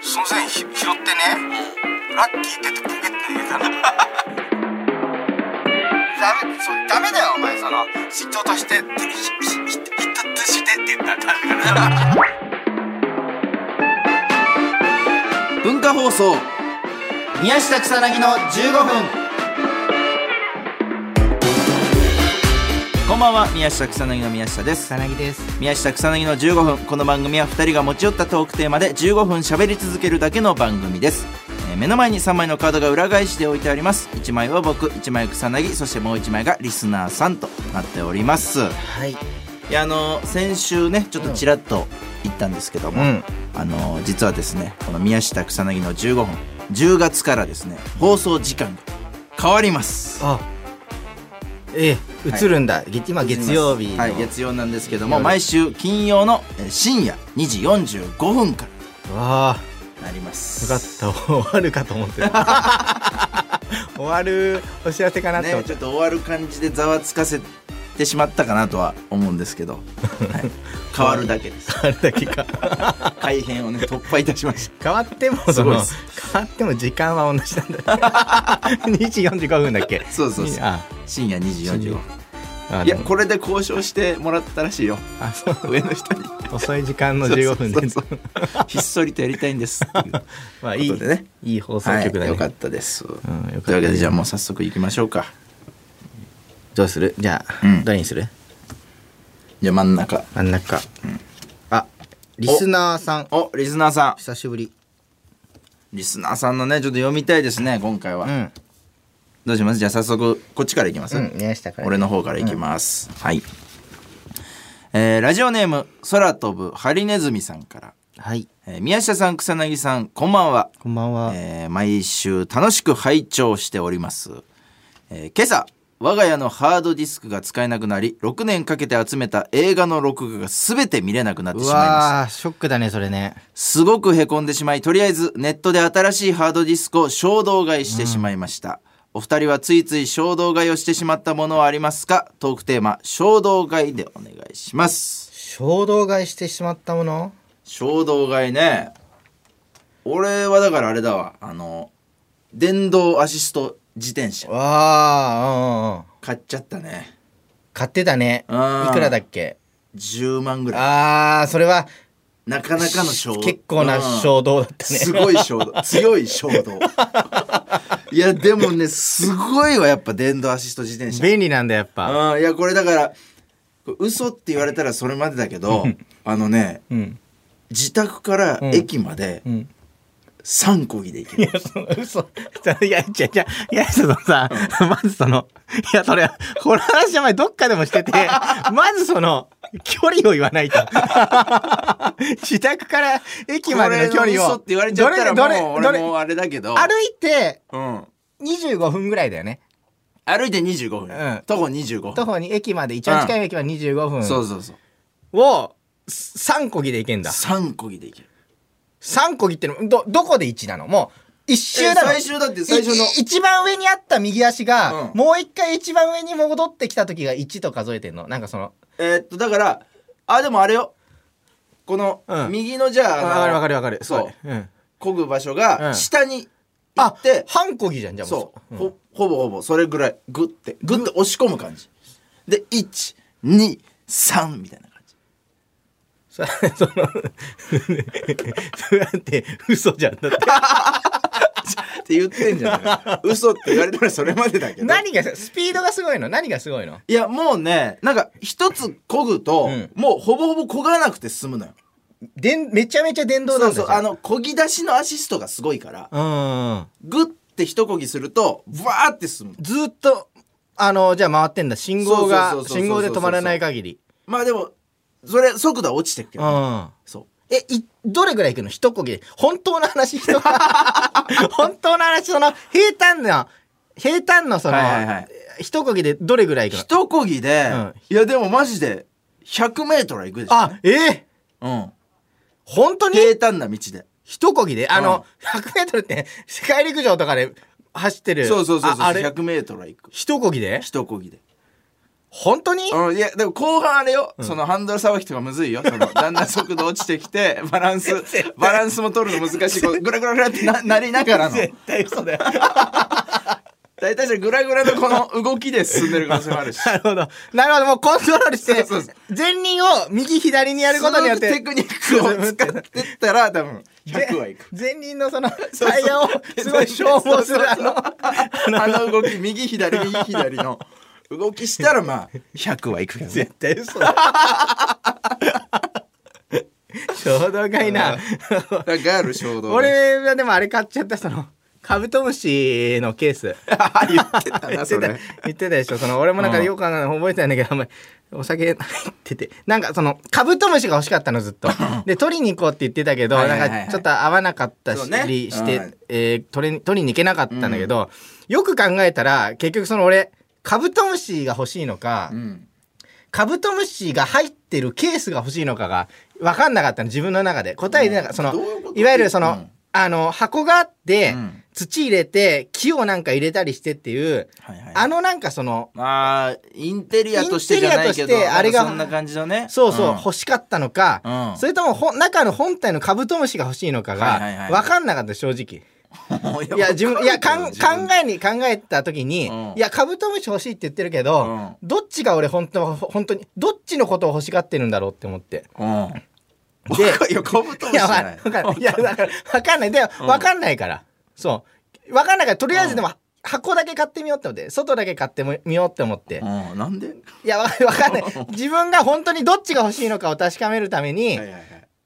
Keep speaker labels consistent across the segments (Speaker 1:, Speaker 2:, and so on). Speaker 1: そのサインひ拾ってねラッキーって言ってポケットに入れたの ダメそうダメだよお前その身長としてひひひひ人としてって言ったらダメだから
Speaker 2: 文化放送宮下草薙の15分こんばんは宮下草薙の宮下です
Speaker 3: 草薙です
Speaker 2: 宮下草薙の15分この番組は2人が持ち寄ったトークテーマで15分喋り続けるだけの番組です、えー目の前に3枚のカードが裏返して置いてあります1枚は僕1枚草薙そしてもう1枚がリスナーさんとなっております
Speaker 3: はい
Speaker 2: いやあの先週ねちょっとちらっと言ったんですけども、あの実はですねこの宮下草薙の15分10月からですね放送時間が変わります
Speaker 3: あ ええ
Speaker 2: はい
Speaker 3: 映るんだ、げ今月曜日の、
Speaker 2: はい月曜なんですけども
Speaker 3: 夜
Speaker 2: 毎週金曜のえー深夜2時45分か
Speaker 3: わあ
Speaker 2: らなります
Speaker 3: よかった終わるかと思って た終わるお知らせかなって思
Speaker 2: ね
Speaker 3: っ
Speaker 2: ち
Speaker 3: て、
Speaker 2: ょっと終わる感じでざわつかせてしまったかなとは思うん ですけど、はい、変わるだけです
Speaker 3: あれだけか
Speaker 2: 改編をね突破いたしました
Speaker 3: 変わっても
Speaker 2: す
Speaker 3: そ
Speaker 2: ごい
Speaker 3: の
Speaker 2: です
Speaker 3: 変わっても時間は同じなんだ 2時45分だっけ
Speaker 2: そうそうそう
Speaker 3: あ
Speaker 2: 深夜2時45分
Speaker 3: あ
Speaker 2: いや
Speaker 3: でも
Speaker 2: これで交渉してもらったらしいよ
Speaker 3: あそう
Speaker 2: 上の人に
Speaker 3: 遅い時間の15分で
Speaker 2: そうそうそうひっそりとやりたいんです
Speaker 3: まあいい
Speaker 2: ことでね
Speaker 3: いい放送
Speaker 2: はい
Speaker 3: 局だね、
Speaker 2: よかったです、
Speaker 3: うんよかった
Speaker 2: というわけでじゃあもう早速行きましょうか
Speaker 3: どうするじゃあ、
Speaker 2: うん
Speaker 3: どれにする
Speaker 2: じゃあ真ん中
Speaker 3: 真ん中、あリスナーさん
Speaker 2: おリスナーさ
Speaker 3: 久しぶり
Speaker 2: んリスナーさんのねちょっと読みたいですね今回は、
Speaker 3: うん、
Speaker 2: どうしますじゃあ早速こっちから行きます、
Speaker 3: うん、宮下から
Speaker 2: 俺の方からいきます、はい、えーラジオネーム空飛ぶハリネズミさんから、
Speaker 3: はい
Speaker 2: えー宮下さん草薙さんこんばんは、
Speaker 3: こんばんは、
Speaker 2: えー毎週楽しく拝聴しております、えー今朝我が家のハードディスクが使えなくなり6年かけて集めた映画の録画が全て見れなくなって
Speaker 3: う
Speaker 2: しまいました
Speaker 3: わーショックだねそれね
Speaker 2: すごくへこんでしまいとりあえずネットで新しいハードディスクを衝動買いしてしまいました、お二人はついつい衝動買いをしてしまったものはありますかトークテーマ衝動買いでお願いします
Speaker 3: 衝動買いしてしまったもの
Speaker 2: 衝動買いね俺はだからあれだわあの電動アシスト自転車
Speaker 3: わあうんうんうん
Speaker 2: 買っちゃったね
Speaker 3: 買ってたねい
Speaker 2: うん
Speaker 3: くらだっけ
Speaker 2: 10万ぐらい
Speaker 3: あーそれは
Speaker 2: なかなかの衝動
Speaker 3: 結構な衝動だったね、
Speaker 2: すごい衝 動強い衝動いやでもねすごいわやっぱ電動アシスト自転車
Speaker 3: 便利なんだやっぱ
Speaker 2: うんいやこれだからこれ嘘って言われたらそれまでだけどあのね
Speaker 3: うん
Speaker 2: 自宅から駅まで
Speaker 3: うん
Speaker 2: 3こぎで行ける、
Speaker 3: その嘘いやいやいやいやその さ、まずそのいやそれこの話は前どっかでもしててまずその距離を言わないと 自宅から駅までの距離
Speaker 2: これ嘘
Speaker 3: を
Speaker 2: って言われちゃったら
Speaker 3: どれ
Speaker 2: もう
Speaker 3: どれ
Speaker 2: 俺
Speaker 3: どれ
Speaker 2: もあれだけど、
Speaker 3: 歩いて
Speaker 2: うん、
Speaker 3: 25分ぐらいだよね
Speaker 2: 歩いて25分、
Speaker 3: うん
Speaker 2: 徒歩25
Speaker 3: 徒
Speaker 2: 分
Speaker 3: 歩に駅まで一番近い駅は25分
Speaker 2: そうそうそう
Speaker 3: を3こぎで行けんだ
Speaker 2: 3こぎで行ける
Speaker 3: 3こぎってのどどこで1なのもう一周だ
Speaker 2: え
Speaker 3: ろ
Speaker 2: 最終だって最初の
Speaker 3: いい一番上にあった右足が、
Speaker 2: うん
Speaker 3: もう一回一番上に戻ってきた時が1と数えてんのなんかその
Speaker 2: えーっとだからあでもあれよこの
Speaker 3: うん
Speaker 2: 右のじゃあ,、
Speaker 3: わかるわかるわかる
Speaker 2: そう
Speaker 3: そう、うん、
Speaker 2: こぐ場所
Speaker 3: う
Speaker 2: が
Speaker 3: ん
Speaker 2: 下に行
Speaker 3: あ
Speaker 2: って、
Speaker 3: 半こぎじゃんじゃあも
Speaker 2: そう、ほほぼほぼそれぐらいグッてグッて押し込む感じで123みたいな感じ
Speaker 3: そ そのそれだって嘘じゃんだって
Speaker 2: って言ってんじゃない嘘って言われたらそれまでだけど
Speaker 3: 何がさスピードがすごいの何がすごいの
Speaker 2: いやもうねなんか一つ漕ぐと、
Speaker 3: うん
Speaker 2: もうほぼほぼ漕がなくて済むのよ
Speaker 3: でんめちゃめちゃ電動
Speaker 2: そ
Speaker 3: なん
Speaker 2: う
Speaker 3: だ
Speaker 2: そうあの漕ぎ出しのアシストがすごいから
Speaker 3: の
Speaker 2: グッて一漕ぎするとブワーって進む
Speaker 3: うんずっとあのじゃあ回ってんだ信号が
Speaker 2: そうそうそうそうそう
Speaker 3: 信号で止まらない限り
Speaker 2: まあでもそれ速度は落ちてくけ
Speaker 3: う
Speaker 2: ど、
Speaker 3: ん
Speaker 2: そう
Speaker 3: え、い、どれぐらい行くの一こぎで。本当の 話、人本当の話、その、平坦な、平坦のその、
Speaker 2: はいはいはい
Speaker 3: 一こぎでどれぐらい行く
Speaker 2: 一
Speaker 3: の
Speaker 2: 漕ぎで、
Speaker 3: うん
Speaker 2: いやでもマジで 100m は行くでしょ
Speaker 3: あ、えー
Speaker 2: うん
Speaker 3: 本当に
Speaker 2: 平坦な道で
Speaker 3: 一こぎであの、100メートルって、世界陸上とかで走ってる。
Speaker 2: そうそうそうそう
Speaker 3: ああれ、
Speaker 2: 100メートルは行く
Speaker 3: 一こぎで
Speaker 2: 一こぎで
Speaker 3: 本当に
Speaker 2: うん、いやでも後半あれよ、そのハンドルさばきとかむずいよそのだんだん速度落ちてき てバランスバランスも取るの難しいこうグラグラグラって ななりながらの
Speaker 3: 絶対嘘だよ。
Speaker 2: 大体じゃグラグラのこの動きで進んでる可能性もある し
Speaker 3: なるほど。なるほど。もうコントロールして
Speaker 2: そうそう、
Speaker 3: 前輪を右左にやることによっ
Speaker 2: その
Speaker 3: て
Speaker 2: テ、クニックを使ってったら多分100はいく。
Speaker 3: 前輪のそのタイヤをすごい消耗するあの、
Speaker 2: あの動き右左右左の動きしたらまあ100はいくけどね
Speaker 3: 絶対嘘だ。衝動買いな。
Speaker 2: だからある衝動で
Speaker 3: 俺はでもあれ買っちゃった、その、カブトムシのケース。
Speaker 2: 言ってた
Speaker 3: 言
Speaker 2: な
Speaker 3: って
Speaker 2: そ
Speaker 3: た
Speaker 2: れ
Speaker 3: 言ってたでしょその俺もなんか
Speaker 2: うん
Speaker 3: よくわかんない覚えてないんだけどあんまりお酒入っててなんかそのカブトムシが欲しかったのずっとで取りに行こうって言ってたけど
Speaker 2: はいはいは
Speaker 3: ない
Speaker 2: はい
Speaker 3: んかちょっと合わなかった
Speaker 2: そう
Speaker 3: し、
Speaker 2: ね
Speaker 3: りし
Speaker 2: うん
Speaker 3: て、えー取り取りに行けなかったんだけど、よく考えたら結局その俺カブトムシが欲しいのか、
Speaker 2: うん
Speaker 3: カブトムシが入ってるケースが欲しいのかが分かんなかったの自分の中で答えでなんかその、
Speaker 2: どういうこと
Speaker 3: いわゆるそ
Speaker 2: う
Speaker 3: の、
Speaker 2: ん
Speaker 3: あの箱があって、
Speaker 2: うん
Speaker 3: 土入れて木をなんか入れたりしてっていう
Speaker 2: はいはい
Speaker 3: あのなんかその、
Speaker 2: まあインテリアとしてじゃないけ
Speaker 3: イ
Speaker 2: ど
Speaker 3: ンテリアとしてあれが
Speaker 2: なんかそんな感じのね
Speaker 3: そうそう、
Speaker 2: ん
Speaker 3: 欲しかったのか、
Speaker 2: うん
Speaker 3: それともほ中の本体のカブトムシが欲しいのか
Speaker 2: はいはいは
Speaker 3: が、
Speaker 2: い
Speaker 3: 分かんなかった、正直。いや、自分、いや、かん考えに考えた時に、
Speaker 2: うん
Speaker 3: いや、カブトムシ欲しいって言ってるけど、
Speaker 2: うん
Speaker 3: どっちが俺本当は、ほ本当に、どっちのことを欲しがってるんだろうって思って。
Speaker 2: うん
Speaker 3: で
Speaker 2: わかいやカブトム
Speaker 3: い
Speaker 2: シじ
Speaker 3: や、
Speaker 2: ゃ
Speaker 3: わ
Speaker 2: ない
Speaker 3: わかんない。いや、だから、わかんない。で、わかんないから。そう。わかんないから、とりあえずでも、箱だけ買ってみようって思って、外だけ買ってみようって思って。
Speaker 2: うんなんで
Speaker 3: いや、わわかんない。自分が本当にどっちが欲しいのかを確かめるために、
Speaker 2: はいはいはい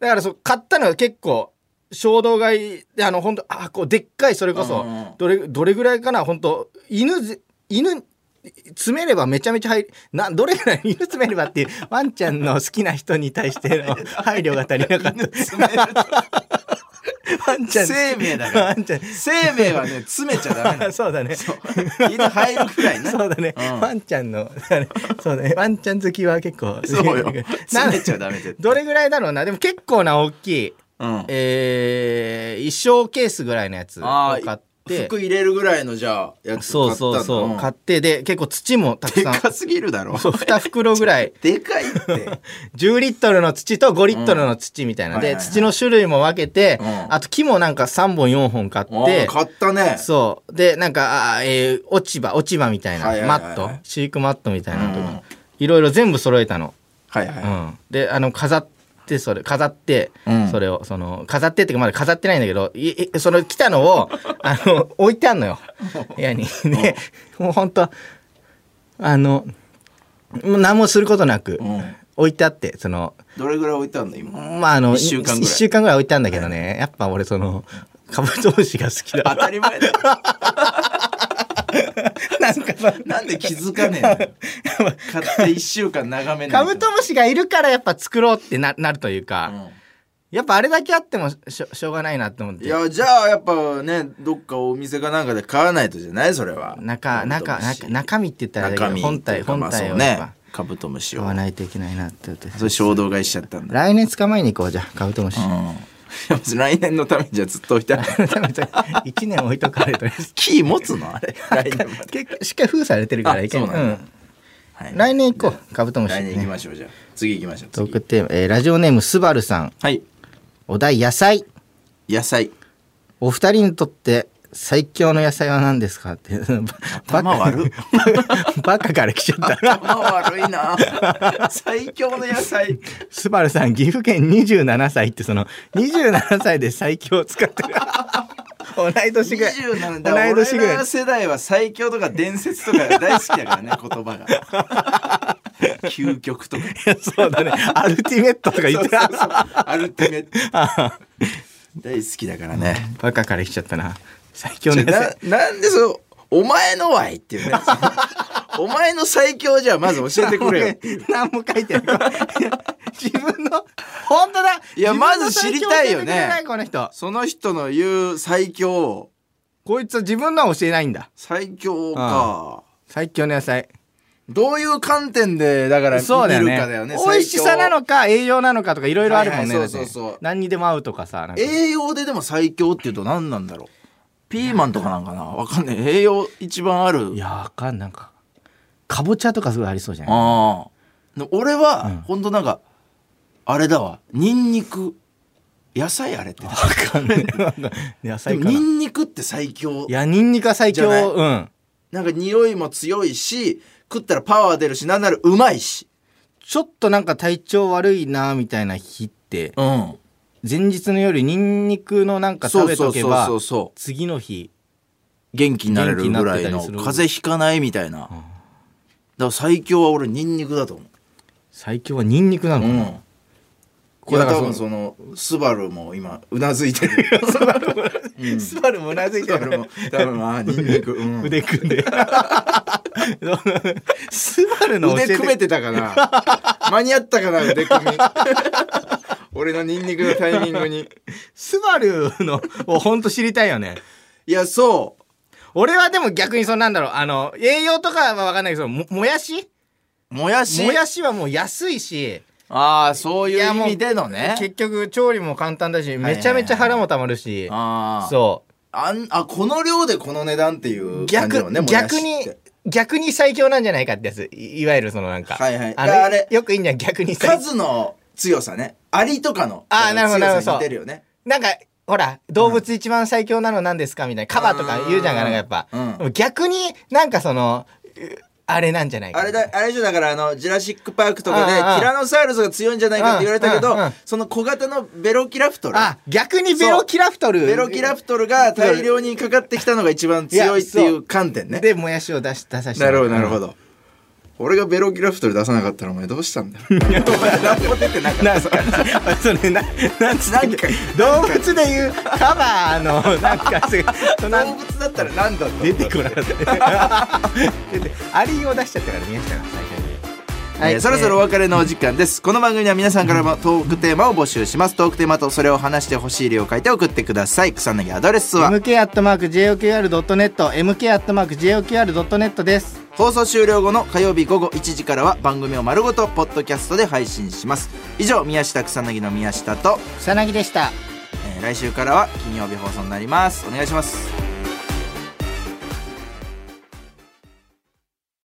Speaker 3: だからそう買ったのが結構衝動買いであの本当あこうでっかいそれこそ、
Speaker 2: うんうんうん
Speaker 3: どれどれぐらいかな本当犬ぜ犬詰めればめちゃめちゃ入りなどれぐらい 犬詰めればっていうワンちゃんの好きな人に対しての配慮が足り なかった
Speaker 2: 詰めると
Speaker 3: ワンちゃん
Speaker 2: 生命だから
Speaker 3: ワンちゃん
Speaker 2: 生命はね詰めちゃダメなの
Speaker 3: そうだね
Speaker 2: 犬入るくらいね
Speaker 3: そうだね、
Speaker 2: うん
Speaker 3: ワンちゃんのあれそうだねワンちゃん好きは結構
Speaker 2: そうよ
Speaker 3: な
Speaker 2: 詰めちゃダメで
Speaker 3: どれぐらいだろうなでも結構な大きい
Speaker 2: うん
Speaker 3: えー、一生ケースぐらいのやつを
Speaker 2: あ
Speaker 3: 買
Speaker 2: ー
Speaker 3: って
Speaker 2: 服入れるぐらいのじゃあやつ
Speaker 3: そうそうそう買
Speaker 2: っ
Speaker 3: ってで結構土もた
Speaker 2: た
Speaker 3: くさ
Speaker 2: の
Speaker 3: ん
Speaker 2: でかすぎるだろ
Speaker 3: そう2袋ぐらい
Speaker 2: でかいって
Speaker 3: 10リットルの土と5リットルの土みたいな、
Speaker 2: うんはい
Speaker 3: で
Speaker 2: はいはい
Speaker 3: 土の種類も分けて、
Speaker 2: うん
Speaker 3: あと木もなんか3本4本買っ
Speaker 2: あ
Speaker 3: て
Speaker 2: ー買ったね
Speaker 3: そうでなんかあー、えー落ち葉落ち葉みたいな、
Speaker 2: はいはいはいはい
Speaker 3: マット飼育マットみたいなのと
Speaker 2: うん
Speaker 3: かいろいろ全部揃えたの、
Speaker 2: はいはい
Speaker 3: うん、であの飾ってそれ飾って、
Speaker 2: うん
Speaker 3: それをその飾ってっていうかまだ飾ってないんだけどいいその来たのをあの置いてあ んのよ部屋に。でもうほんとあのもう何もすることなく
Speaker 2: うん
Speaker 3: 置いてあってその
Speaker 2: どれぐらい置いたんだ今
Speaker 3: まああの
Speaker 2: 一週間ぐらい
Speaker 3: 一週間ぐらい置いてあんだけどね、やっぱ俺そのカブトムシが好きだ
Speaker 2: 当たり前だよ
Speaker 3: なんかさ
Speaker 2: なんで気づかねえの 買って一週間眺めない
Speaker 3: カブトムシがいるからやっぱ作ろうってななるというか、やっぱあれだけあってもしょしょうがないなって思っ
Speaker 2: うん
Speaker 3: て
Speaker 2: いやじゃあやっぱねどっかお店かなんかで買わないとじゃないそれは
Speaker 3: 中中中中身って言ったらあれだ
Speaker 2: 中
Speaker 3: けど
Speaker 2: 身
Speaker 3: 本体本体をやっ
Speaker 2: ね
Speaker 3: ぱ
Speaker 2: カブトムシ
Speaker 3: 買
Speaker 2: を
Speaker 3: わないといけないなって思って
Speaker 2: それ衝動買いしちゃったんだ
Speaker 3: 来年捕まえに行こうじゃあカブトムシ
Speaker 2: うんいや別に来年のためにじゃずっと置いてある
Speaker 3: 1年置いとかれとりあ えず
Speaker 2: キー持つのあれ来年まで
Speaker 3: 結構しっかり封鎖されてるからいけ
Speaker 2: あそうなんだ
Speaker 3: うん
Speaker 2: はい
Speaker 3: 来年行こうカブトムシ
Speaker 2: 来年行き
Speaker 3: ね
Speaker 2: ましょうじゃあ次行きましょう
Speaker 3: トー
Speaker 2: 次
Speaker 3: クテーマえーラジオネームスバルさん
Speaker 2: はい
Speaker 3: お題野菜
Speaker 2: 野菜
Speaker 3: お二人にとって最強の野菜は何ですかってバ
Speaker 2: 頭
Speaker 3: カ
Speaker 2: 悪い
Speaker 3: バカ から来ちゃった
Speaker 2: 頭悪いな最強の野菜
Speaker 3: スバルさん岐阜県27歳ってその27歳で最強を 使ってる同い年ぐらい
Speaker 2: 27だ
Speaker 3: 同い年ぐ
Speaker 2: 俺
Speaker 3: ら
Speaker 2: ら
Speaker 3: い
Speaker 2: 世代は最強とか伝説とか大好きだ からね言葉が究極とか
Speaker 3: そうだねアルティメットとか言ってた
Speaker 2: そうそうそうアルティ メット大好きだからね
Speaker 3: バカから来ちゃったな最強の
Speaker 2: な
Speaker 3: 野菜
Speaker 2: なんでそうお前のはいって いうねお前の最強じゃあまず教えてくれ よ
Speaker 3: 何も書いてない 自分の本当だ
Speaker 2: いやまず知りたいよね
Speaker 3: 自分の最強教えてくれないこの人
Speaker 2: その人の言う最強を
Speaker 3: こいつは自分のは教えないんだ
Speaker 2: 最強か
Speaker 3: 最強の野菜
Speaker 2: どういう観点でだから見る
Speaker 3: そう
Speaker 2: か
Speaker 3: だ
Speaker 2: だ
Speaker 3: よ
Speaker 2: よ
Speaker 3: ね
Speaker 2: ね
Speaker 3: 美味しさな
Speaker 2: 最強
Speaker 3: のか栄養なのかとかいろいろあるもん
Speaker 2: はい
Speaker 3: ね、
Speaker 2: はいそうそうそう
Speaker 3: だって何にでも合うとかさなんか
Speaker 2: 栄養ででも最強っていうと何なんだろうピーマンとかなんかなわかんない栄養一番ある
Speaker 3: いやわかんなんかかぼちゃとかすごいありそうじゃない
Speaker 2: ああで俺は、
Speaker 3: うん
Speaker 2: ほんとなんかあれだわニンニク野菜あれって
Speaker 3: かんない野
Speaker 2: で
Speaker 3: 菜
Speaker 2: も
Speaker 3: かな
Speaker 2: ニ
Speaker 3: い
Speaker 2: ンニクって最強
Speaker 3: やニンニクは最
Speaker 2: じゃ
Speaker 3: 強
Speaker 2: ない
Speaker 3: うん
Speaker 2: なんか匂いも強いし食ったらパワー出るしなんならうまいし
Speaker 3: ちょっとなんか体調悪いなみたいな日って
Speaker 2: うん
Speaker 3: 前日の夜ニンニクのなんか食べとけば
Speaker 2: そうそうそうそう
Speaker 3: 次の日
Speaker 2: 元気になれるぐらいの
Speaker 3: 元気
Speaker 2: 風
Speaker 3: になってたりする
Speaker 2: 邪ひかないみたいな、だから最強は俺ニンニクだと思
Speaker 3: 最強はニンニクなの
Speaker 2: う、
Speaker 3: かな、
Speaker 2: こ
Speaker 3: こ
Speaker 2: れ
Speaker 3: れ
Speaker 2: 多
Speaker 3: だから
Speaker 2: 分そのスバルも今うなずいてるス
Speaker 3: スバルもうなずいて
Speaker 2: バルも多分あーニンニク、うん、
Speaker 3: 腕組ん でスバルの教え
Speaker 2: 腕
Speaker 3: て
Speaker 2: 組めてたかな間に合ったかな腕組み俺のニンニクのタイミングに
Speaker 3: スバルのをほんと知りたいよね
Speaker 2: いやそう
Speaker 3: 俺はでも逆にそのなんだろうあの栄養とかは分かんないけどももやし
Speaker 2: もやし
Speaker 3: もやしはもう安いし
Speaker 2: ああそういう意味での
Speaker 3: 結
Speaker 2: ね
Speaker 3: 局調理も簡単だし
Speaker 2: はいはい
Speaker 3: めちゃめちゃ腹もたまるし、
Speaker 2: ああ
Speaker 3: そ
Speaker 2: あんあこの量でこの値段っていう感
Speaker 3: う
Speaker 2: じ
Speaker 3: 逆,、
Speaker 2: のねもやしっ
Speaker 3: 逆
Speaker 2: て
Speaker 3: に逆に最強なんじゃないかってやついいわゆるそのなんか、
Speaker 2: はいはい
Speaker 3: あ
Speaker 2: いや
Speaker 3: の
Speaker 2: あれ
Speaker 3: よくいいんじゃん逆に最強
Speaker 2: 数の強さねアリとかの
Speaker 3: あーなるほ
Speaker 2: 強さに
Speaker 3: どなるほど
Speaker 2: 似てるよね
Speaker 3: なんかほら動物一番最強なのなんですかみたいなカバとか言うじゃん
Speaker 2: うん
Speaker 3: かなんかやっぱ、
Speaker 2: うん
Speaker 3: でも逆になんかそのうあれなんじゃないか
Speaker 2: あれだあれでしょだからあのジュラシック・パークとかで
Speaker 3: うんうんうん
Speaker 2: ティラノサウルスが強いんじゃないかって言われたけど
Speaker 3: うんうんうん
Speaker 2: その小型のベロキラプトル
Speaker 3: あ逆にベロキラプトル
Speaker 2: ベロキラプトルが大量にかかってきたのが一番強いっていう観点ね
Speaker 3: でもやしを出し出させて
Speaker 2: なるほどなるほ
Speaker 3: ど
Speaker 2: ど俺がベロキラプトル出さなかったらお前どうしたんだ よお前何も出てなかった
Speaker 3: なんすかそれななんつっ
Speaker 2: な
Speaker 3: たっ
Speaker 2: んか
Speaker 3: け動物でいうカバーのなんかすごいそんな
Speaker 2: 動物だったら何だと
Speaker 3: 出て こなかった出てアリを出しちゃったから宮下が最初に
Speaker 2: えーそろそろお別れのお時間です、この番組では皆さんからもトークテーマを募集しますトークテーマとそれを話してほしい例を書いて送ってください草薙アドレスは、
Speaker 3: mk.joqr.net mk.joqr.net です
Speaker 2: 放送終了後の火曜日午後1時からは番組を丸ごとポッドキャストで配信します以上宮下草薙の宮下と、
Speaker 3: 草薙でした
Speaker 2: えー来週からは金曜日放送になりますお願いします